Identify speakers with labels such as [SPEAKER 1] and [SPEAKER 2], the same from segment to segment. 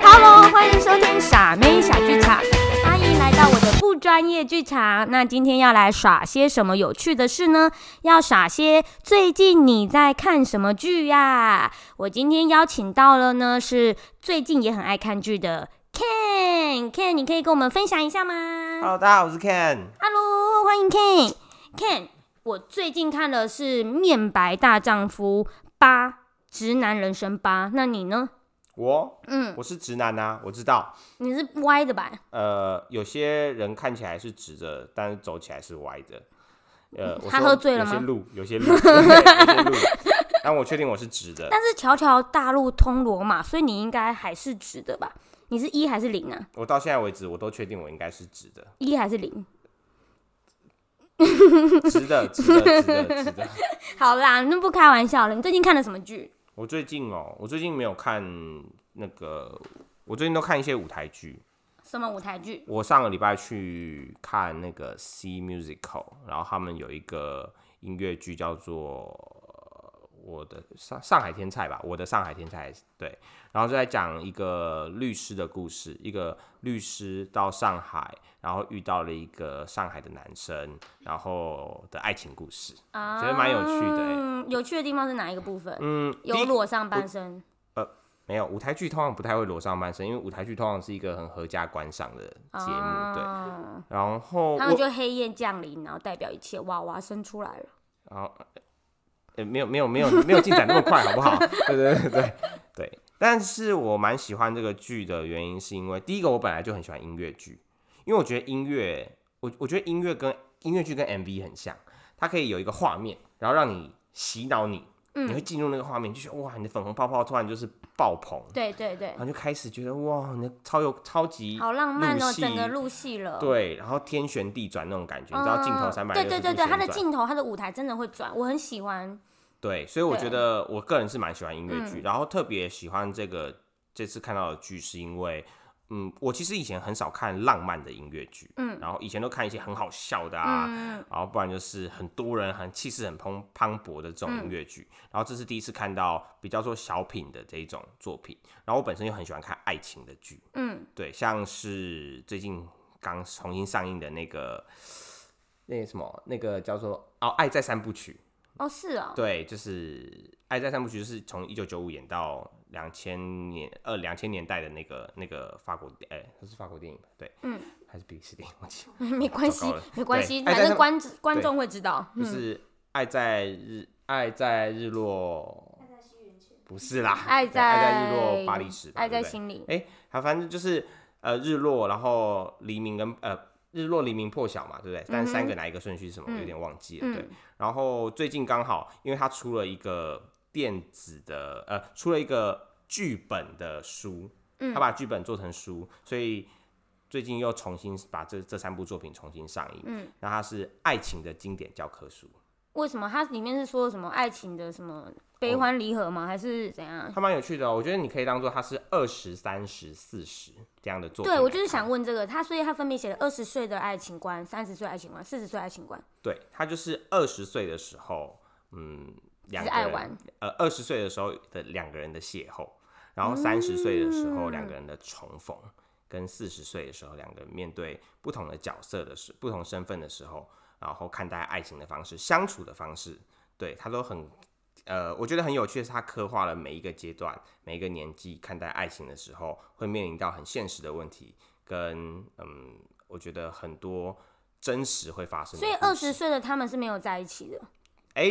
[SPEAKER 1] Hello，欢迎收听傻妹小剧场，欢迎来到我的不专业剧场。那今天要来耍些什么有趣的事呢？要耍些最近你在看什么剧呀、我今天邀请到了呢，是最近也很爱看剧的 Ken。Ken，你可以跟我们分享一下吗
[SPEAKER 2] Hello，大家好，我是 Ken。
[SPEAKER 1] ？Hello，欢迎 Ken。Ken，我最近看的是《面白大丈夫八》《直男人生八》，那你呢？
[SPEAKER 2] 我
[SPEAKER 1] 嗯，
[SPEAKER 2] 我是直男啊，我知道，
[SPEAKER 1] 你是歪的吧？
[SPEAKER 2] 呃，有些人看起来是直的，但是走起来是歪的。呃，
[SPEAKER 1] 嗯
[SPEAKER 2] 我
[SPEAKER 1] 他
[SPEAKER 2] 说
[SPEAKER 1] 喝醉了吗
[SPEAKER 2] 有些路，有些路， 对有些路。但我确定我是直的，
[SPEAKER 1] 但是条条大路通罗马，所以你应该还是直的吧？你是一还是零啊？
[SPEAKER 2] 我到现在为止，我都确定我应该是直的，
[SPEAKER 1] 一还是零？
[SPEAKER 2] 直的，直的，直 的，直的。
[SPEAKER 1] 好啦，那不开玩笑了。你最近看了什么剧？
[SPEAKER 2] 我最近哦，我最近没有看那个，我最近都看一些舞台剧。
[SPEAKER 1] 什么舞台剧？
[SPEAKER 2] 我上个礼拜去看那个 C Musical，然后他们有一个音乐剧叫做呃《我的上上海天菜》吧，《我的上海天菜》对，然后就在讲一个律师的故事，一个律师到上海，然后遇到了一个上海的男生，然后的爱情故事。
[SPEAKER 1] 啊
[SPEAKER 2] 觉得蛮有趣的欸
[SPEAKER 1] 嗯，有趣的地方是哪一个部分？
[SPEAKER 2] 嗯，第
[SPEAKER 1] 有
[SPEAKER 2] 一
[SPEAKER 1] 裸上半身。
[SPEAKER 2] 没有舞台剧通常不太会裸上半身，因为舞台剧通常是一个很合家观赏的节目，对。
[SPEAKER 1] 啊
[SPEAKER 2] 然后
[SPEAKER 1] 他们
[SPEAKER 2] 我
[SPEAKER 1] 就黑夜降临，然后代表一切娃娃生出来了。
[SPEAKER 2] 然后呃，没有没有没有没有进展那么快，好 不好？对对对对对。但是我蛮喜欢这个剧的原因，是因为第一个我本来就很喜欢音乐剧，因为我觉得音乐，我我觉得音乐跟音乐剧跟 MV 很像，它可以有一个画面，然后让你洗脑你，
[SPEAKER 1] 嗯
[SPEAKER 2] 你会进入那个画面，就觉得哇，你的粉红泡泡突然就是爆棚，
[SPEAKER 1] 对对对
[SPEAKER 2] 然，后就开始觉得哇，啊你的超有超级
[SPEAKER 1] 好浪漫哦，
[SPEAKER 2] 入戏
[SPEAKER 1] 整个入戏了。
[SPEAKER 2] 对，然后天旋地转那种感
[SPEAKER 1] 嗯，
[SPEAKER 2] 觉，你知道镜头三百
[SPEAKER 1] 对
[SPEAKER 2] 六
[SPEAKER 1] 对
[SPEAKER 2] 十度
[SPEAKER 1] 对对，
[SPEAKER 2] 旋
[SPEAKER 1] 他的
[SPEAKER 2] 转
[SPEAKER 1] 镜头，他的舞台真的会转，我很喜欢。
[SPEAKER 2] 对，所以我
[SPEAKER 1] 对
[SPEAKER 2] 觉得我个人是蛮喜欢音乐剧，然后特别喜欢这个这次看到的剧，是因为，嗯，我其实以前很少看浪漫的音乐剧，嗯，然后以前都看一些很好笑的啊，然后不然就是很多人很气势很磅磅礴的这种音乐剧，然后这是第一次看到比较做小品的这一种作品，然后我本身又很喜欢看爱情的剧，
[SPEAKER 1] 嗯，
[SPEAKER 2] 对，像是最近刚重新上映的那个。那个什么，那个叫做哦，《爱在三部曲》，
[SPEAKER 1] 哦，是哦，
[SPEAKER 2] 对，就是《爱在三部曲》，就是从一九九五演到两千年呃两千年代的那个那个法国，哎、它是法国电影吧？对，嗯，还是比利时电影，忘记了，
[SPEAKER 1] 没关
[SPEAKER 2] 糟
[SPEAKER 1] 系
[SPEAKER 2] 糕了，
[SPEAKER 1] 没关系，
[SPEAKER 2] 对
[SPEAKER 1] 反
[SPEAKER 2] 哎但
[SPEAKER 1] 正
[SPEAKER 2] 是
[SPEAKER 1] 观观众会知道。嗯
[SPEAKER 2] 就是《爱在日爱在日落》，不是啦，
[SPEAKER 1] 爱
[SPEAKER 2] 对爱在日落巴黎时吧，
[SPEAKER 1] 爱
[SPEAKER 2] 对
[SPEAKER 1] 在
[SPEAKER 2] 不对
[SPEAKER 1] 心里。
[SPEAKER 2] 哎，好，反正就是呃日落，然后黎明跟呃日落、黎明、破晓嘛，
[SPEAKER 1] 嗯
[SPEAKER 2] 对不对？但三个哪一个顺序是什么，我有点忘记了。对，然后最近刚好，因为他出了一个电子的呃，出了一个剧本的书，
[SPEAKER 1] 嗯
[SPEAKER 2] 他把剧本做成书，所以。最近又重新把这这三部作品重新上映，嗯，那它是爱情的经典教科书，
[SPEAKER 1] 为什么它里面是说什么爱情的什么悲欢离合吗？还是怎样？
[SPEAKER 2] 它蛮有趣的哦。我觉得你可以当做它是二十三十四十这样的作品来
[SPEAKER 1] 对，
[SPEAKER 2] 看。
[SPEAKER 1] 我就是想问这个，他所以他分别写了二十岁的爱情观、三十岁爱情观、四十岁爱情观，
[SPEAKER 2] 对他就是二十岁的时候，嗯，两
[SPEAKER 1] 是
[SPEAKER 2] 个
[SPEAKER 1] 爱
[SPEAKER 2] 人
[SPEAKER 1] 玩
[SPEAKER 2] 呃，二十岁的时候的两个人的邂逅，然后三十岁的时候两个人的重逢，跟四十岁的时候两个人面对不同的角色的时，不同身份的时候，然后看待爱情的方式、相处的方式，对他都很。呃，我觉得很有趣的是，他刻画了每一个阶段、每一个年纪看待爱情的时候，会面临到很现实的问题，跟嗯，我觉得很多真实会发生的
[SPEAKER 1] 所
[SPEAKER 2] 故
[SPEAKER 1] 以
[SPEAKER 2] 事。
[SPEAKER 1] 二十岁的他们是没有在一起的，
[SPEAKER 2] 哎、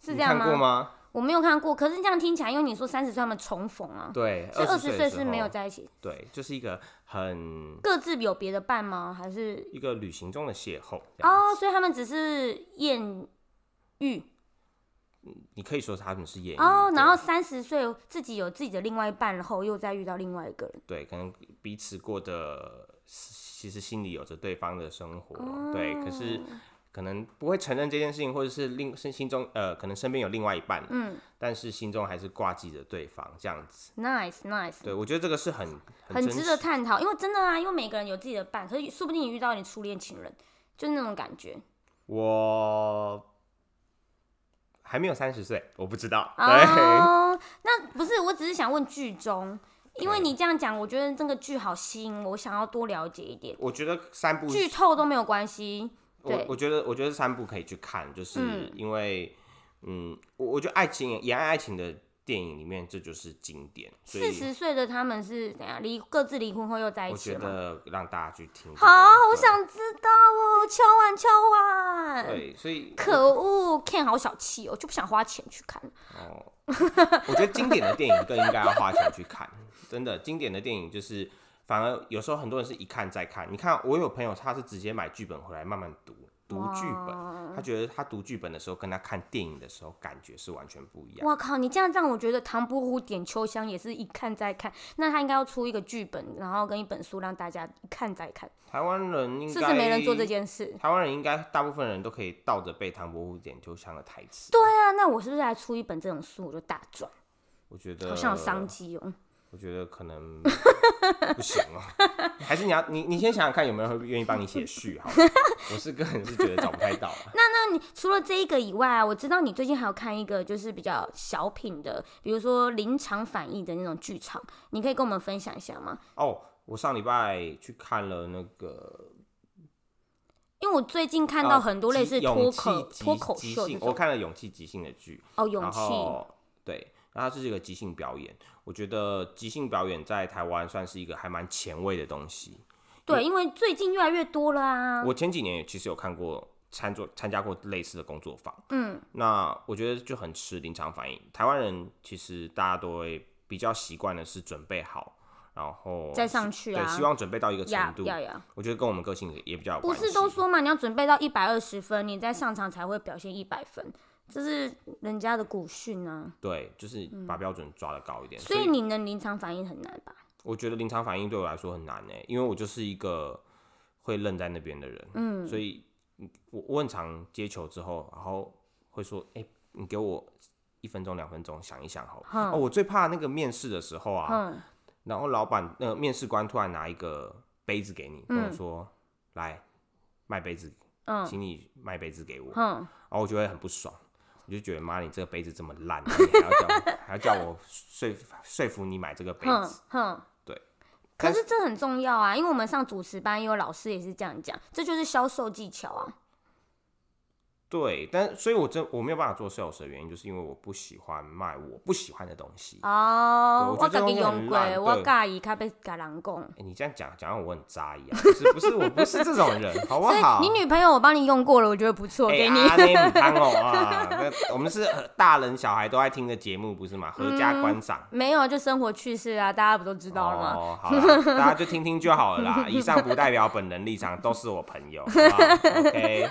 [SPEAKER 1] 是这
[SPEAKER 2] 你
[SPEAKER 1] 样
[SPEAKER 2] 看过
[SPEAKER 1] 吗？
[SPEAKER 2] 吗？
[SPEAKER 1] 我没有看过，可是这样听起来，因为你说三十岁他们重逢啊，
[SPEAKER 2] 对，
[SPEAKER 1] 所以二
[SPEAKER 2] 十
[SPEAKER 1] 十
[SPEAKER 2] 岁
[SPEAKER 1] 岁
[SPEAKER 2] 的时
[SPEAKER 1] 是
[SPEAKER 2] 候
[SPEAKER 1] 没有在一起，
[SPEAKER 2] 对，就是一个很
[SPEAKER 1] 各自有别的伴吗？还是
[SPEAKER 2] 一个旅行中的邂逅。哦，
[SPEAKER 1] 哦，所以他们只是艳遇
[SPEAKER 2] 你可以说他们是艳遇
[SPEAKER 1] 哦，
[SPEAKER 2] 欸对
[SPEAKER 1] 然后三十岁自己有自己的另外一半，然后又再遇到另外一个人。
[SPEAKER 2] 对，可能彼此过的其实心里有着对方的生活，
[SPEAKER 1] 哦
[SPEAKER 2] 对，可是可能不会承认这件事情，或者是另是心中呃，可能身边有另外一半，嗯，但是心中还是挂记着对方这样子。
[SPEAKER 1] Nice, nice，
[SPEAKER 2] 对，我觉得这个是很
[SPEAKER 1] 很
[SPEAKER 2] 真
[SPEAKER 1] 值得
[SPEAKER 2] 实
[SPEAKER 1] 探讨，因为真的啊，因为每个人有自己的伴，可是说不定你遇到你初恋情人，就是那种感觉。
[SPEAKER 2] 我还没有三十岁，我不知道。对，
[SPEAKER 1] 哦，那不是，我只是想问剧中，因为
[SPEAKER 2] 对
[SPEAKER 1] 你这样讲，我觉得这个剧好吸引我，我想要多了解一点。
[SPEAKER 2] 我觉得三部
[SPEAKER 1] 剧透都没有关系，
[SPEAKER 2] 我
[SPEAKER 1] 对
[SPEAKER 2] 我觉得，我觉得三部可以去看，就是
[SPEAKER 1] 嗯
[SPEAKER 2] 因为，嗯，我我觉得爱情演爱爱情的电影里面，这就是经典，所
[SPEAKER 1] 四
[SPEAKER 2] 以
[SPEAKER 1] 十岁的他们是怎样离各自离婚后又在一
[SPEAKER 2] 我
[SPEAKER 1] 起
[SPEAKER 2] 觉
[SPEAKER 1] 了吗？
[SPEAKER 2] 得让大家去听这
[SPEAKER 1] 好，啊
[SPEAKER 2] 个。
[SPEAKER 1] 好
[SPEAKER 2] 对
[SPEAKER 1] 想知道哦，敲完敲完，
[SPEAKER 2] 对，所以
[SPEAKER 1] 可恶，Ken 好小气哦，就不想花钱去看。
[SPEAKER 2] 哦，我觉得经典的电影更应该要花钱去看，真的，经典的电影就是反而有时候很多人是一看再看。你看，我有朋友他是直接买剧本回来慢慢读读剧本，
[SPEAKER 1] 本
[SPEAKER 2] 他觉得他读剧本的时候跟他看电影的时候感觉是完全不一样。
[SPEAKER 1] 哇靠！你这样让我觉得《唐伯虎点秋香》也是一看再看，那他应该要出一个剧本，然后跟一本书让大家一看再看，
[SPEAKER 2] 台湾人应
[SPEAKER 1] 是
[SPEAKER 2] 该
[SPEAKER 1] 不是没人做这件事？
[SPEAKER 2] 台湾人应该大部分人都可以倒着背唐伯虎点秋香的台词。
[SPEAKER 1] 对啊，那我是不是来出一本这种书，我就大赚？
[SPEAKER 2] 我觉得
[SPEAKER 1] 好像有商机哦、
[SPEAKER 2] 我觉得可能 不行哦、还是你要你你先想想看有没有人会愿意帮你写序 好了。我是个人是觉得找不太到啊。
[SPEAKER 1] 那你除了这一个以外啊，我知道你最近还有看一个就是比较小品的，比如说临场反应的那种剧场，你可以跟我们分享一下吗？
[SPEAKER 2] 哦，我上礼拜去看了那个
[SPEAKER 1] 因为我最近看到
[SPEAKER 2] 呃
[SPEAKER 1] 很多类似
[SPEAKER 2] 即勇
[SPEAKER 1] 脱
[SPEAKER 2] 气
[SPEAKER 1] 口
[SPEAKER 2] 即
[SPEAKER 1] 脱口
[SPEAKER 2] 即
[SPEAKER 1] 秀这
[SPEAKER 2] 兴我
[SPEAKER 1] 种
[SPEAKER 2] 看了勇气即兴的剧，
[SPEAKER 1] 哦，勇
[SPEAKER 2] 然
[SPEAKER 1] 气
[SPEAKER 2] 后对，然后它是一个即兴表演。我觉得即兴表演在台湾算是一个还蛮前卫的东西。
[SPEAKER 1] 对，因为最近越来越多了啊，
[SPEAKER 2] 我前几年也其实有看过参做参加过类似的工作坊，
[SPEAKER 1] 嗯，
[SPEAKER 2] 那我觉得就很吃临场反应。台湾人其实大家都会比较习惯的是准备好，然后
[SPEAKER 1] 再上去啊
[SPEAKER 2] 对，希望准备到一个程
[SPEAKER 1] 呀
[SPEAKER 2] 度。
[SPEAKER 1] 呀呀，
[SPEAKER 2] 我觉得跟我们个性也比较有
[SPEAKER 1] 不
[SPEAKER 2] 关系。
[SPEAKER 1] 是都说嘛，你要准备到一百二十分，你在上场才会表现一百分，这是人家的古训啊，
[SPEAKER 2] 对，就是把标准抓得高一点。
[SPEAKER 1] 嗯所以你能临场反应很难吧？
[SPEAKER 2] 我觉得临场反应对我来说很难呢、欸因为我就是一个会愣在那边的人，嗯，所以我我很常接球之后，然后会说，哎、你给我一分钟、两分钟想一想好了。哦，我最怕那个面试的时候啊，
[SPEAKER 1] 嗯，
[SPEAKER 2] 然后老板那个面试官突然拿一个杯子给你，跟我说，来卖杯子，
[SPEAKER 1] 嗯
[SPEAKER 2] 请你卖杯子给我，
[SPEAKER 1] 哼，
[SPEAKER 2] 然后我就会很不爽。我就觉得妈，你这个杯子这么烂，然后你还要叫我 还要叫我说说服你买这个杯
[SPEAKER 1] 哼
[SPEAKER 2] 子，
[SPEAKER 1] 哼。
[SPEAKER 2] 对。
[SPEAKER 1] 可
[SPEAKER 2] 但
[SPEAKER 1] 是这很重要啊，因为我们上主持班也有老师也是这样讲，这就是销售技巧啊。
[SPEAKER 2] 对，但所以我真我没有办法做 sales 的原因，就是因为我不喜欢卖我不喜欢的东西。
[SPEAKER 1] 哦，
[SPEAKER 2] 对我觉
[SPEAKER 1] 自
[SPEAKER 2] 得
[SPEAKER 1] 己
[SPEAKER 2] 这种很
[SPEAKER 1] 用过，
[SPEAKER 2] 烂哦
[SPEAKER 1] 我
[SPEAKER 2] 对
[SPEAKER 1] 介意他被甲人讲。
[SPEAKER 2] 诶你这样讲，讲到我很渣一样，不是不是，我不是这种人，好不
[SPEAKER 1] 所以
[SPEAKER 2] 好？
[SPEAKER 1] 你女朋友我帮你用过了，我觉得不错，
[SPEAKER 2] 哎
[SPEAKER 1] 给你。
[SPEAKER 2] 阿内姆汤 哦啊，那我们是大人小孩都爱听的节目，不是吗？合家观赏。
[SPEAKER 1] 没有，就生活趣事啊，大家不都知道了吗？
[SPEAKER 2] 哦，好啦，大家就听听就好了啦。以上不代表本人立场，都是我朋友，好不好？OK，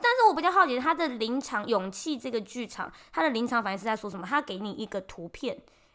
[SPEAKER 1] 但是我比较好奇，他的临场勇气这个剧场，他的临场反应是在说什么？他给你一个图片，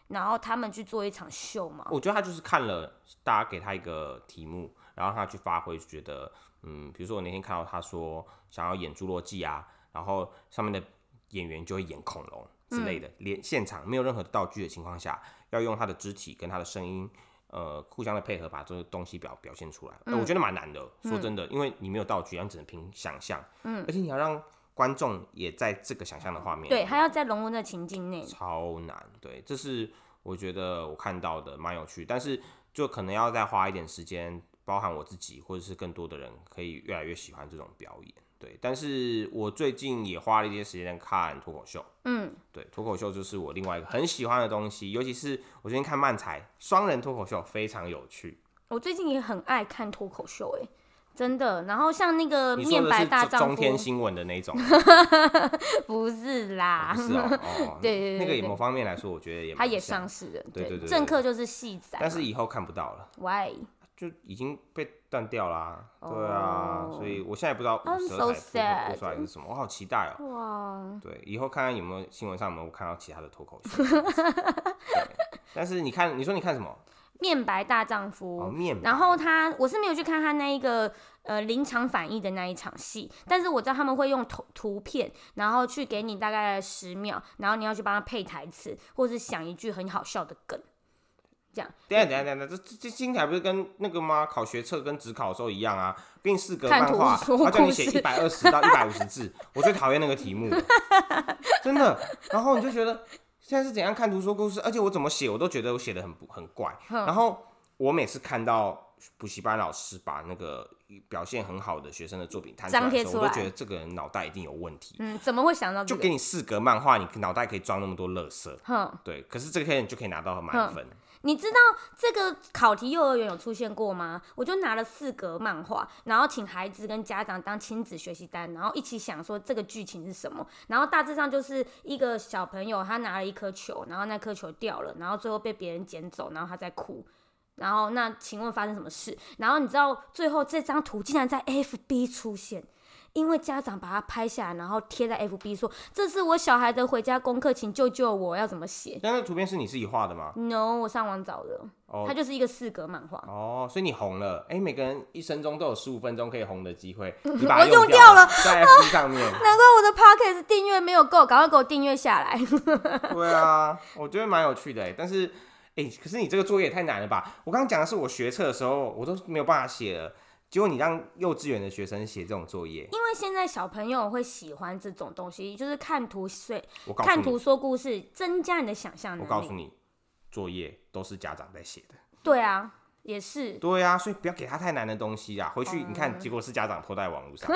[SPEAKER 1] 然后他们去做一场秀嘛？
[SPEAKER 2] 我觉得他就是看了大家给他一个题目，然后他去发挥，觉得嗯，比如说我那天看到他说想要演《侏罗纪》啊，然后上面的演员就会演恐龙之类的，
[SPEAKER 1] 嗯
[SPEAKER 2] 连现场没有任何道具的情况下，要用他的肢体跟他的声音。呃，互相的配合，把这个东西表表现出来，
[SPEAKER 1] 嗯
[SPEAKER 2] 呃我觉得蛮难的。说真的，因为你没有道具，然后只能凭想象，嗯，而且你要让观众也在这个想象的画面里
[SPEAKER 1] 对，他要在融入那情境内。
[SPEAKER 2] 超难，对，这是我觉得我看到的蛮有趣，但是就可能要再花一点时间，包含我自己或者是更多的人，可以越来越喜欢这种表演，对。但是我最近也花了一些时间看脱口秀，
[SPEAKER 1] 嗯，
[SPEAKER 2] 对，脱口秀就是我另外一个很喜欢的东西，尤其是我最近看漫才双人脱口秀非常有趣，
[SPEAKER 1] 我最近也很爱看脱口秀、欸，哎，真的。然后像那个
[SPEAKER 2] 你说
[SPEAKER 1] 呃面
[SPEAKER 2] 的
[SPEAKER 1] 白大
[SPEAKER 2] 是中
[SPEAKER 1] 丈
[SPEAKER 2] 中
[SPEAKER 1] 夫，
[SPEAKER 2] 天新闻的那 种，
[SPEAKER 1] 不是啦
[SPEAKER 2] 不，是哦，哦，
[SPEAKER 1] 对对对
[SPEAKER 2] 那个
[SPEAKER 1] 对
[SPEAKER 2] 以某方面来说，我觉得也
[SPEAKER 1] 他
[SPEAKER 2] 蛮
[SPEAKER 1] 也
[SPEAKER 2] 像，
[SPEAKER 1] 上市了。
[SPEAKER 2] 对对对对
[SPEAKER 1] 政客就是戏仔嘛。
[SPEAKER 2] 但是以后看不到了。
[SPEAKER 1] why
[SPEAKER 2] 就已经被断掉啦、对啊
[SPEAKER 1] 哦
[SPEAKER 2] 所以我现在也不知道
[SPEAKER 1] I'm
[SPEAKER 2] 五十
[SPEAKER 1] so
[SPEAKER 2] 二台播
[SPEAKER 1] sad 嗯
[SPEAKER 2] 出来是什么，我好期待哦、
[SPEAKER 1] 哇，
[SPEAKER 2] 对，以后看看有没有新闻上有没有看到其他的脱口 秀这样子。对，但是你看，你说你看什么？
[SPEAKER 1] 面白大丈夫。
[SPEAKER 2] 哦，面吧。
[SPEAKER 1] 然后他，我是没有去看他那一个呃临场反应的那一场戏，但是我知道他们会用图图片，然后去给你大概十秒，然后你要去帮他配台词，或是想一句很好笑的梗。这样
[SPEAKER 2] 等一下等一下等一下，这这这听起来不是跟那个吗？考学测跟职考的时候一样啊，给你四格
[SPEAKER 1] 看
[SPEAKER 2] 漫
[SPEAKER 1] 图
[SPEAKER 2] 画，
[SPEAKER 1] 说
[SPEAKER 2] 他叫
[SPEAKER 1] 故
[SPEAKER 2] 你写
[SPEAKER 1] 事
[SPEAKER 2] 一百二十到一百五十字，我最讨厌那个题目了，真的。然后你就觉得现在是怎样看图说故事，而且我怎么写我都觉得我写的很不很怪。然后我每次看到补习班老师把那个表现很好的学生的作品摊出来
[SPEAKER 1] 张
[SPEAKER 2] 的
[SPEAKER 1] 贴
[SPEAKER 2] 时候，
[SPEAKER 1] 出
[SPEAKER 2] 我都
[SPEAKER 1] 来
[SPEAKER 2] 觉得这个人脑袋一定有问题。
[SPEAKER 1] 嗯，怎么会想到这
[SPEAKER 2] 就
[SPEAKER 1] 个
[SPEAKER 2] 给？你四格漫画，你脑袋可以装那么多垃圾。
[SPEAKER 1] 哼，
[SPEAKER 2] 对，可是这些人就可以拿到满分。
[SPEAKER 1] 你知道这个考题幼儿园有出现过吗？我就拿了四格漫画，然后请孩子跟家长当亲子学习单，然后一起想说这个剧情是什么。然后大致上就是一个小朋友他拿了一颗球，然后那颗球掉了，然后最后被别人捡走，然后他在哭。然后那请问发生什么事？然后你知道最后这张图竟然在 FB 出现。因为家长把它拍下来，然后贴在 FB 说：“这是我小孩的回家功课，请救救我，要怎么写
[SPEAKER 2] 那那图片是你自己画的吗？
[SPEAKER 1] ？”No，我上网找的。
[SPEAKER 2] 哦
[SPEAKER 1] 它就是一个四格漫画。
[SPEAKER 2] 哦，所以你红了，哎、每个人一生中都有十五分钟可以红的机 会，你
[SPEAKER 1] 我
[SPEAKER 2] 把它
[SPEAKER 1] 用
[SPEAKER 2] 掉
[SPEAKER 1] 掉
[SPEAKER 2] 了，在 FB 上面。
[SPEAKER 1] 难怪我的 podcast 订阅没有够，赶快给我订阅下来。
[SPEAKER 2] 对啊，我觉得蛮有趣的、哎但是，哎、可是你这个作业也太难了吧？我刚刚讲的是我学测的时候，我都没有办法写了，结果你让幼稚园的学生写这种作业，
[SPEAKER 1] 因为现在小朋友会喜欢这种东西，就是看图说
[SPEAKER 2] 我告诉
[SPEAKER 1] 看
[SPEAKER 2] 你，
[SPEAKER 1] 图说故事，增加你的想象
[SPEAKER 2] 我告
[SPEAKER 1] 能
[SPEAKER 2] 诉
[SPEAKER 1] 力。
[SPEAKER 2] 你，作业都是家长在写的。
[SPEAKER 1] 对啊，也是。
[SPEAKER 2] 对啊，所以不要给他太难的东西啊。回去你看，结果是家长拖在网 络上。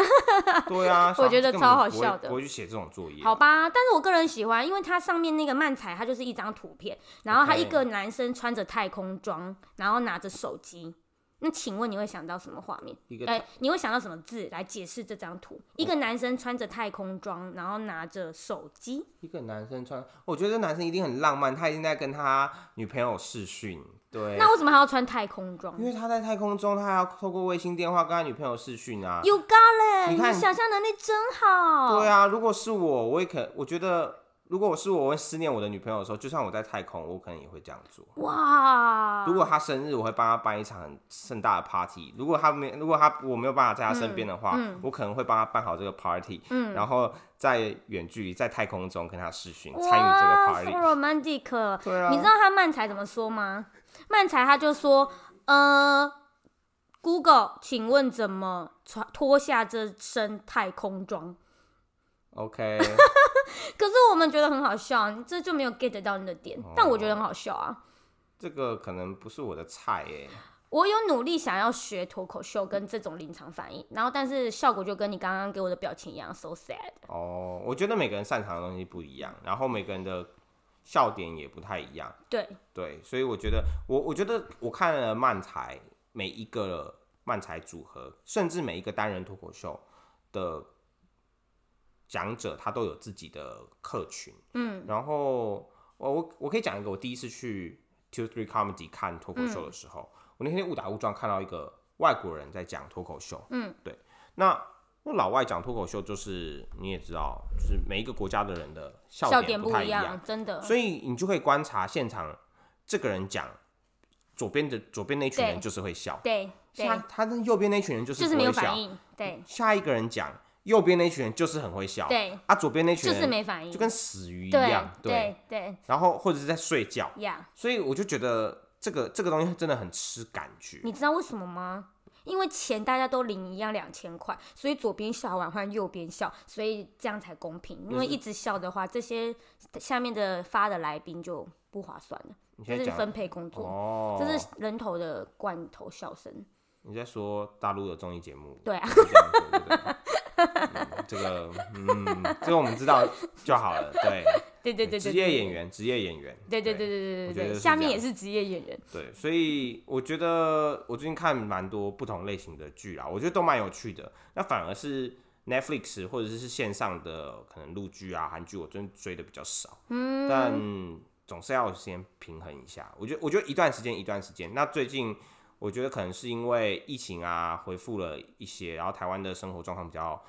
[SPEAKER 2] 对啊，
[SPEAKER 1] 哦我觉得
[SPEAKER 2] 小孩子根本
[SPEAKER 1] 超好
[SPEAKER 2] 不会
[SPEAKER 1] 笑的
[SPEAKER 2] 不会去写这种作业。
[SPEAKER 1] 好吧，但是我个人喜欢，因为它上面那个漫彩，它就是一张图片，然后他
[SPEAKER 2] OK
[SPEAKER 1] 一个男生穿着太空装，然后拿着手机。那请问你会想到什么画面？
[SPEAKER 2] 一个哦
[SPEAKER 1] 哎、你会想到什么字来解释这张图？一个男生穿着太空装，然后拿着手机，
[SPEAKER 2] 一个男生穿，我觉得这男生一定很浪漫，他一定在跟他女朋友视讯。对，
[SPEAKER 1] 那为什么还要穿太空装
[SPEAKER 2] 哎因为他在太空中，他还要透过卫星电话跟他女朋友视讯啊。
[SPEAKER 1] ？You got it！
[SPEAKER 2] 你
[SPEAKER 1] 你
[SPEAKER 2] 看
[SPEAKER 1] 的想象能力真好。
[SPEAKER 2] 对啊，如果是我，我也可，我觉得如果我是我，我会思念我的女朋友的时候，就算我在太空，我可能也会这样做。
[SPEAKER 1] 哇！
[SPEAKER 2] 如果他生日，我会帮他办一场很盛大的 party。如果他没，如果他我没有办法在他身边的话，
[SPEAKER 1] 嗯
[SPEAKER 2] 我可能会帮他办好这个 party，、然后在远距离在太空中跟他视讯，参与这个
[SPEAKER 1] 哇
[SPEAKER 2] party。
[SPEAKER 1] ，so romantic！
[SPEAKER 2] 对啊
[SPEAKER 1] 你知道他漫才怎么说吗？漫才他就说，呃，Google，请问怎么穿脱下这身太空装？
[SPEAKER 2] OK，
[SPEAKER 1] 可是我们觉得很好笑，你这就没有 get 到你的点，
[SPEAKER 2] 哦
[SPEAKER 1] 但我觉得很好笑啊。
[SPEAKER 2] 这个可能不是我的菜诶、
[SPEAKER 1] 我有努力想要学脱口秀跟这种临场反应，然后但是效果就跟你刚刚给我的表情一样，so sad。
[SPEAKER 2] 哦，我觉得每个人擅长的东西不一样，然后每个人的笑点也不太一样。
[SPEAKER 1] 对，
[SPEAKER 2] 对，所以我觉得我我觉得我看了漫才每一个漫才组合，甚至每一个单人脱口秀的讲者，他都有自己的客群。嗯，然后我我我可以讲一个，我第一次去 Two Three Comedy 看脱口
[SPEAKER 1] 嗯
[SPEAKER 2] 秀的时候，我那天误打误撞看到一个外国人在讲脱口秀。嗯，对，那。那老外讲脱口秀，就是你也知道，就是每一个国家的人的
[SPEAKER 1] 笑
[SPEAKER 2] 笑点
[SPEAKER 1] 不
[SPEAKER 2] 太
[SPEAKER 1] 一
[SPEAKER 2] 样，，
[SPEAKER 1] 真的。
[SPEAKER 2] 所以你就可以观察现场这个人讲，左边的左边那群人
[SPEAKER 1] 对
[SPEAKER 2] 就是会笑，
[SPEAKER 1] 对对
[SPEAKER 2] 下，他那右边那群人就是
[SPEAKER 1] 就是
[SPEAKER 2] 不
[SPEAKER 1] 没有
[SPEAKER 2] 会
[SPEAKER 1] 反
[SPEAKER 2] 笑。嗯
[SPEAKER 1] 应，对
[SPEAKER 2] 下一个人讲，右边那群人就是很会笑，
[SPEAKER 1] 对，
[SPEAKER 2] 啊，左边那群
[SPEAKER 1] 就是
[SPEAKER 2] 人
[SPEAKER 1] 没反应，
[SPEAKER 2] 就跟死鱼一
[SPEAKER 1] 对
[SPEAKER 2] 样，对，
[SPEAKER 1] 对对
[SPEAKER 2] 然后或者是在睡觉，
[SPEAKER 1] 呀
[SPEAKER 2] 所以我就觉得这个这个东西真的很吃感觉。
[SPEAKER 1] 你知道为什么吗？因为钱大家都领一样两千块，所以左边笑完换右边笑，所以这样才公平。因为一直笑的话，这些下面的发的来宾就不划算了，
[SPEAKER 2] 你
[SPEAKER 1] 这
[SPEAKER 2] 现在
[SPEAKER 1] 是
[SPEAKER 2] 讲
[SPEAKER 1] 分配工作，
[SPEAKER 2] 哦，
[SPEAKER 1] 这是人头的罐头笑声。
[SPEAKER 2] 你在说大陆的综艺节目，
[SPEAKER 1] 对啊，
[SPEAKER 2] 是这样说对不对嗯这个嗯，这个我们知道就好了，对。
[SPEAKER 1] 对 对对对，
[SPEAKER 2] 职
[SPEAKER 1] 对
[SPEAKER 2] 业演，员，职业演员，
[SPEAKER 1] 对对对
[SPEAKER 2] 对
[SPEAKER 1] 对对
[SPEAKER 2] 我
[SPEAKER 1] 对
[SPEAKER 2] 觉得
[SPEAKER 1] 对，
[SPEAKER 2] 是
[SPEAKER 1] 下
[SPEAKER 2] 这
[SPEAKER 1] 面也
[SPEAKER 2] 样
[SPEAKER 1] 是职业演员。
[SPEAKER 2] 对所以我觉得我最近看蛮多不同类型的剧啊，我觉得都蛮有趣的。那反而是 Netflix 或者是线上的可能陆剧啊、韩剧，我真追的比较少，嗯，但总是要先平衡一下。我觉得，我觉得一段时间一段时间。那最近我觉得可能是因为疫情啊恢复了一些，然后台湾的生活状况比较。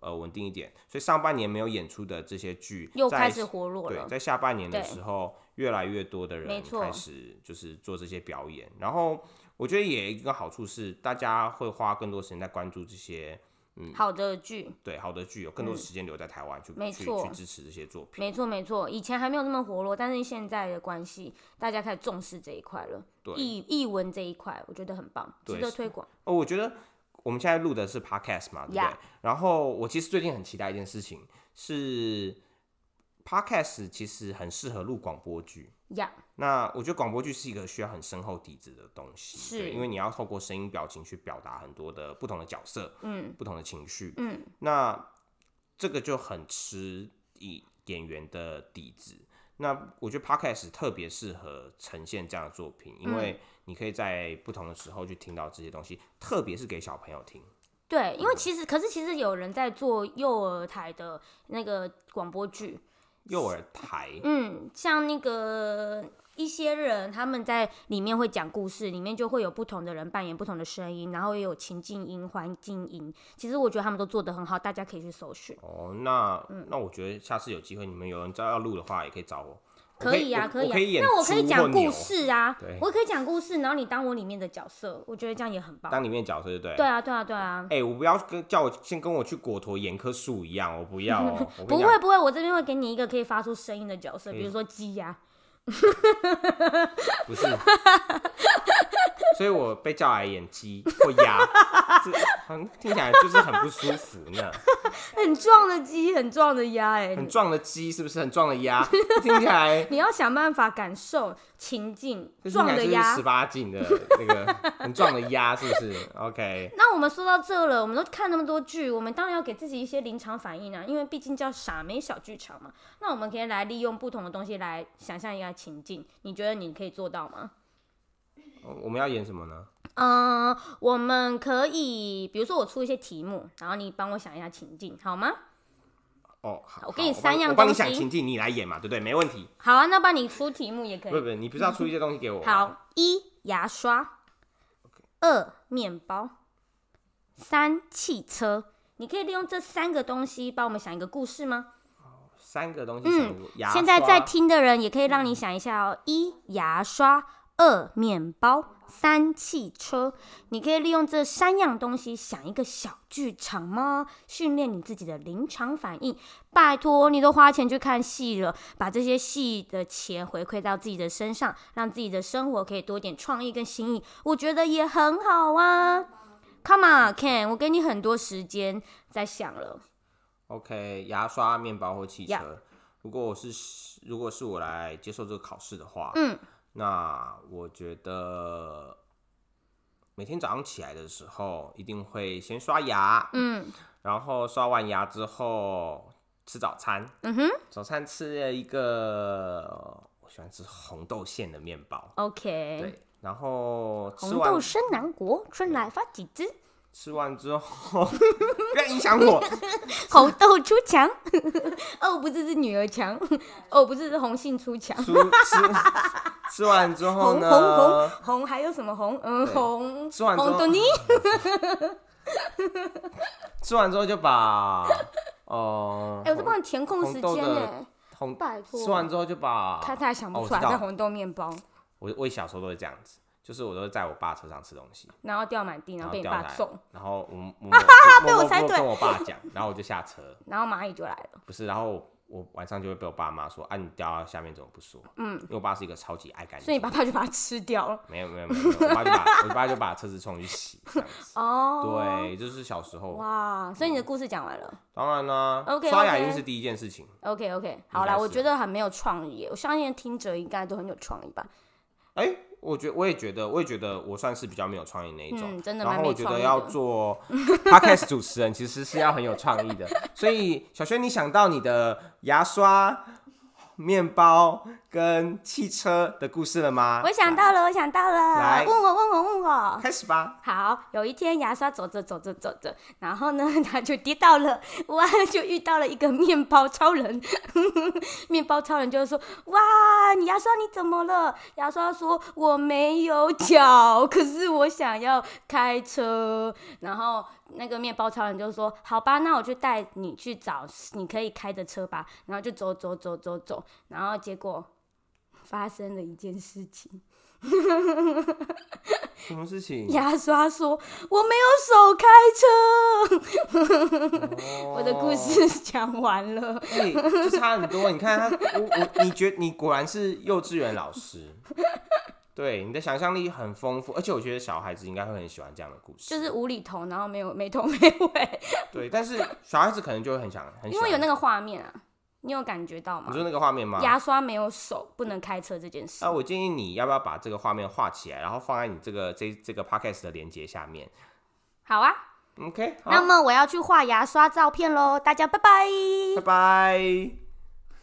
[SPEAKER 2] 呃，稳定一点，所以上半年没有演出的这些剧，
[SPEAKER 1] 又
[SPEAKER 2] 在
[SPEAKER 1] 开始活络
[SPEAKER 2] 对
[SPEAKER 1] 了，，
[SPEAKER 2] 在下半年的
[SPEAKER 1] 对
[SPEAKER 2] 时候，越来越多的
[SPEAKER 1] 没
[SPEAKER 2] 人
[SPEAKER 1] 错
[SPEAKER 2] 开始就是做这些表演，然后我觉得也一个好处是，大家会花更多时间在关注这些
[SPEAKER 1] 好的剧。
[SPEAKER 2] 对，好的剧有更多时间留在台湾去、
[SPEAKER 1] 嗯没
[SPEAKER 2] 去
[SPEAKER 1] 错
[SPEAKER 2] 去支持这些作品。
[SPEAKER 1] 没错没错，以前还没有那么活络，但是现在的关系，大家开始重视这一块了，
[SPEAKER 2] 对
[SPEAKER 1] 译译文这一块，我觉得很棒，值
[SPEAKER 2] 对
[SPEAKER 1] 得
[SPEAKER 2] 是
[SPEAKER 1] 推广。
[SPEAKER 2] 哦，我觉得我们现在录的是 podcast 嘛，对不对
[SPEAKER 1] Yeah
[SPEAKER 2] 然后我其实最近很期待一件事情是，podcast 其实很适合录广播剧。
[SPEAKER 1] 呀、
[SPEAKER 2] 那我觉得广播剧是一个需要很深厚底子的东西，
[SPEAKER 1] 是
[SPEAKER 2] 对因为你要透过声音、表情去表达很多的不同的角色，
[SPEAKER 1] 嗯，
[SPEAKER 2] 不同的情绪，
[SPEAKER 1] 嗯，
[SPEAKER 2] 那这个就很吃演演员的底子。那我觉得 podcast 特别适合呈现这样的作品，
[SPEAKER 1] 嗯
[SPEAKER 2] 因为你可以在不同的时候去听到这些东西，特别是给小朋友听。
[SPEAKER 1] 对，因为其实可是其实有人在做幼儿台的那个广播剧，
[SPEAKER 2] 幼儿台，
[SPEAKER 1] 嗯，像那个一些人他们在里面会讲故事，里面就会有不同的人扮演不同的声音，然后也有情境音、环境音。其实我觉得他们都做得很好，大家可以去搜寻。
[SPEAKER 2] 哦，那、
[SPEAKER 1] 嗯
[SPEAKER 2] 那我觉得下次有机会，你们有人知道要录的话，也可以找我。我
[SPEAKER 1] 可以啊，
[SPEAKER 2] 我
[SPEAKER 1] 可以
[SPEAKER 2] 我
[SPEAKER 1] 啊。
[SPEAKER 2] 可以演
[SPEAKER 1] 那我可以
[SPEAKER 2] 猪或
[SPEAKER 1] 讲故
[SPEAKER 2] 牛
[SPEAKER 1] 事啊
[SPEAKER 2] 对，
[SPEAKER 1] 我可以讲故事，然后你当我里面的角色，我觉得这样也很棒。
[SPEAKER 2] 当里面角色，对不对？
[SPEAKER 1] 对啊，对啊，对啊。
[SPEAKER 2] 哎、我不要跟叫我先跟我去果陀演棵树一样，我不 要嗯哦、我跟
[SPEAKER 1] 不
[SPEAKER 2] 你讲
[SPEAKER 1] 会，不会，我这边会给你一个可以发出声音的角色，比如说鸡呀、
[SPEAKER 2] 不是。所以我被叫来演鸡或鸭，这很听起来就是很不舒服呢。
[SPEAKER 1] 很壮的鸡，很壮的鸭、哎，
[SPEAKER 2] 很壮的鸡是不是？很壮的鸭，听起来
[SPEAKER 1] 你要想办法感受情境，
[SPEAKER 2] 这听
[SPEAKER 1] 壮
[SPEAKER 2] 起来
[SPEAKER 1] 的
[SPEAKER 2] 就是
[SPEAKER 1] 鸭
[SPEAKER 2] 十。八禁的那个很壮的鸭，是不是？OK，
[SPEAKER 1] 那我们说到这了，我们都看那么多剧，我们当然要给自己一些临场反应啊，因为毕竟叫傻妹小剧场嘛。那我们可以来利用不同的东西来想象一下情境，你觉得你可以做到吗？
[SPEAKER 2] 我们要演什么呢？
[SPEAKER 1] 嗯，我们可以，比如说我出一些题目，然后你帮我想一下情境，好吗？
[SPEAKER 2] 哦，好，
[SPEAKER 1] 我给你
[SPEAKER 2] 好
[SPEAKER 1] 三样
[SPEAKER 2] 我帮你
[SPEAKER 1] 东西
[SPEAKER 2] 想情境，你来演嘛，对不对？没问题。
[SPEAKER 1] 好啊，那帮你出题目也可
[SPEAKER 2] 不
[SPEAKER 1] 以。
[SPEAKER 2] 是不是，你不是要出一些东西给我？，
[SPEAKER 1] 好，一牙刷，二面包，三汽车。你可以利用这三个东西帮我们想一个故事吗？
[SPEAKER 2] 三个东西。
[SPEAKER 1] 嗯
[SPEAKER 2] 想牙
[SPEAKER 1] 现在在
[SPEAKER 2] 刷
[SPEAKER 1] 听的人也可以让你想一下哦，一牙刷，二面包，三汽车。你可以利用这三样东西想一个小剧场吗？训练你自己的临场反应。拜托，你都花钱去看戏了，把这些戏的钱回馈到自己的身上，让自己的生活可以多点创意跟新意，我觉得也很好啊。Come on, Ken，我给你很多时间在想了。
[SPEAKER 2] OK，牙刷、面包或汽车。
[SPEAKER 1] Yeah
[SPEAKER 2] 如果我是如果是我来接受这个考试的话，
[SPEAKER 1] 嗯，
[SPEAKER 2] 那我觉得每天早上起来的时候，一定会先刷牙，
[SPEAKER 1] 嗯
[SPEAKER 2] 然后刷完牙之后吃早餐。
[SPEAKER 1] 嗯哼
[SPEAKER 2] 早餐吃了一个我喜欢吃红豆馅的面包，
[SPEAKER 1] ，OK。
[SPEAKER 2] 对，然后吃
[SPEAKER 1] 红
[SPEAKER 2] 完
[SPEAKER 1] 豆生南国，春来发几 枝。
[SPEAKER 2] 吃完之后， 不要影响我。
[SPEAKER 1] 红豆出墙， 哦，不是是女儿墙，哦，不是是红杏出墙。
[SPEAKER 2] 吃吃吃完之后
[SPEAKER 1] 红
[SPEAKER 2] 呢？
[SPEAKER 1] 红红红，还有什么红？嗯，
[SPEAKER 2] 对
[SPEAKER 1] 红
[SPEAKER 2] 吃完之后嗯
[SPEAKER 1] 红豆泥。
[SPEAKER 2] 吃完之后就把 哦，
[SPEAKER 1] 哎，我在帮你填空时
[SPEAKER 2] 红
[SPEAKER 1] 间
[SPEAKER 2] 豆的
[SPEAKER 1] 哎，
[SPEAKER 2] 红
[SPEAKER 1] 拜托。
[SPEAKER 2] 吃完之后就把
[SPEAKER 1] 他他想不
[SPEAKER 2] 哦
[SPEAKER 1] 出来，
[SPEAKER 2] 我
[SPEAKER 1] 那
[SPEAKER 2] 知道
[SPEAKER 1] 红豆面包，
[SPEAKER 2] 我我小时候都会这样子，就是我都会在我爸车上吃东西，
[SPEAKER 1] 然后掉满地，然
[SPEAKER 2] 然
[SPEAKER 1] 后
[SPEAKER 2] 后
[SPEAKER 1] 被你
[SPEAKER 2] 掉
[SPEAKER 1] 爸
[SPEAKER 2] 下来
[SPEAKER 1] 揍，，
[SPEAKER 2] 然后我 我我
[SPEAKER 1] 被我
[SPEAKER 2] 默默
[SPEAKER 1] 猜对
[SPEAKER 2] 跟我爸讲，然后我就下车，
[SPEAKER 1] 然后蚂蚁就来了。
[SPEAKER 2] 不是，然后我我晚上就会被我爸妈说，啊你掉到下面怎么不说？嗯，因为我爸是一个超级爱干净，
[SPEAKER 1] 所以你爸爸就把它吃掉了。
[SPEAKER 2] 没有没有没有，没有我爸就把 我爸就把车子冲去洗，这样子，
[SPEAKER 1] 哦，
[SPEAKER 2] 对，就是小时候，
[SPEAKER 1] 哇，所以你的故事讲完了。
[SPEAKER 2] 当然啦
[SPEAKER 1] OK，OK
[SPEAKER 2] 刷牙一定是第一件事情。
[SPEAKER 1] OK OK，好
[SPEAKER 2] 应该
[SPEAKER 1] 啦，
[SPEAKER 2] 是
[SPEAKER 1] 我觉得很没有创意，我相信听者应该都很有创意吧。
[SPEAKER 2] 哎、我觉我也觉得，我也觉得我算是比较没有创意那一种，
[SPEAKER 1] 嗯真的蛮
[SPEAKER 2] 然后
[SPEAKER 1] 没
[SPEAKER 2] 我觉
[SPEAKER 1] 创
[SPEAKER 2] 得
[SPEAKER 1] 意
[SPEAKER 2] 要
[SPEAKER 1] 的
[SPEAKER 2] 做 podcast 主持人，其实是要很有创意的。所以小轩，你想到你的牙刷、面包跟汽车的故事了吗？
[SPEAKER 1] 我想到了，我想到了，
[SPEAKER 2] 来
[SPEAKER 1] 问我，问我，问我。
[SPEAKER 2] 开始吧。
[SPEAKER 1] 好，有一天牙刷走着走着走着，然后呢， 他就跌倒了， 哇，就遇到了一个面包超人。 面包超人就说：“哇，你牙刷你怎么了？”牙刷说：“我没有脚， 可是我想要开车。”然后那个面包超人就说：“好吧，那我就带你去找你可以开的车吧。”然后就走走走走走，然后结果发生了一件事情。
[SPEAKER 2] 什么事 情？
[SPEAKER 1] 牙刷说：“我没有手开车。 我的故事讲完了，
[SPEAKER 2] 你哎就差很多。你看他，我我，你觉你果然是幼稚园老师，对，你的想象力很丰富，而且我觉得小孩子应该会很喜欢这样的故事。
[SPEAKER 1] 就是无厘头，然后没有没头没 尾，
[SPEAKER 2] 对，但是小孩子可能就会很想，很喜
[SPEAKER 1] 因
[SPEAKER 2] 欢
[SPEAKER 1] 为有那个画面啊，你有感觉到
[SPEAKER 2] 你
[SPEAKER 1] 吗？
[SPEAKER 2] 说那个画面吗？
[SPEAKER 1] 牙刷没有手不能开车这件事
[SPEAKER 2] 啊，，我建议你要不要把这个画面画起来，然后放在你这个这这个 podcast 的连接下面
[SPEAKER 1] 好啊。
[SPEAKER 2] ，OK？
[SPEAKER 1] 那
[SPEAKER 2] 好，
[SPEAKER 1] 么我要去画牙刷照片喽，大家拜拜。
[SPEAKER 2] 拜拜。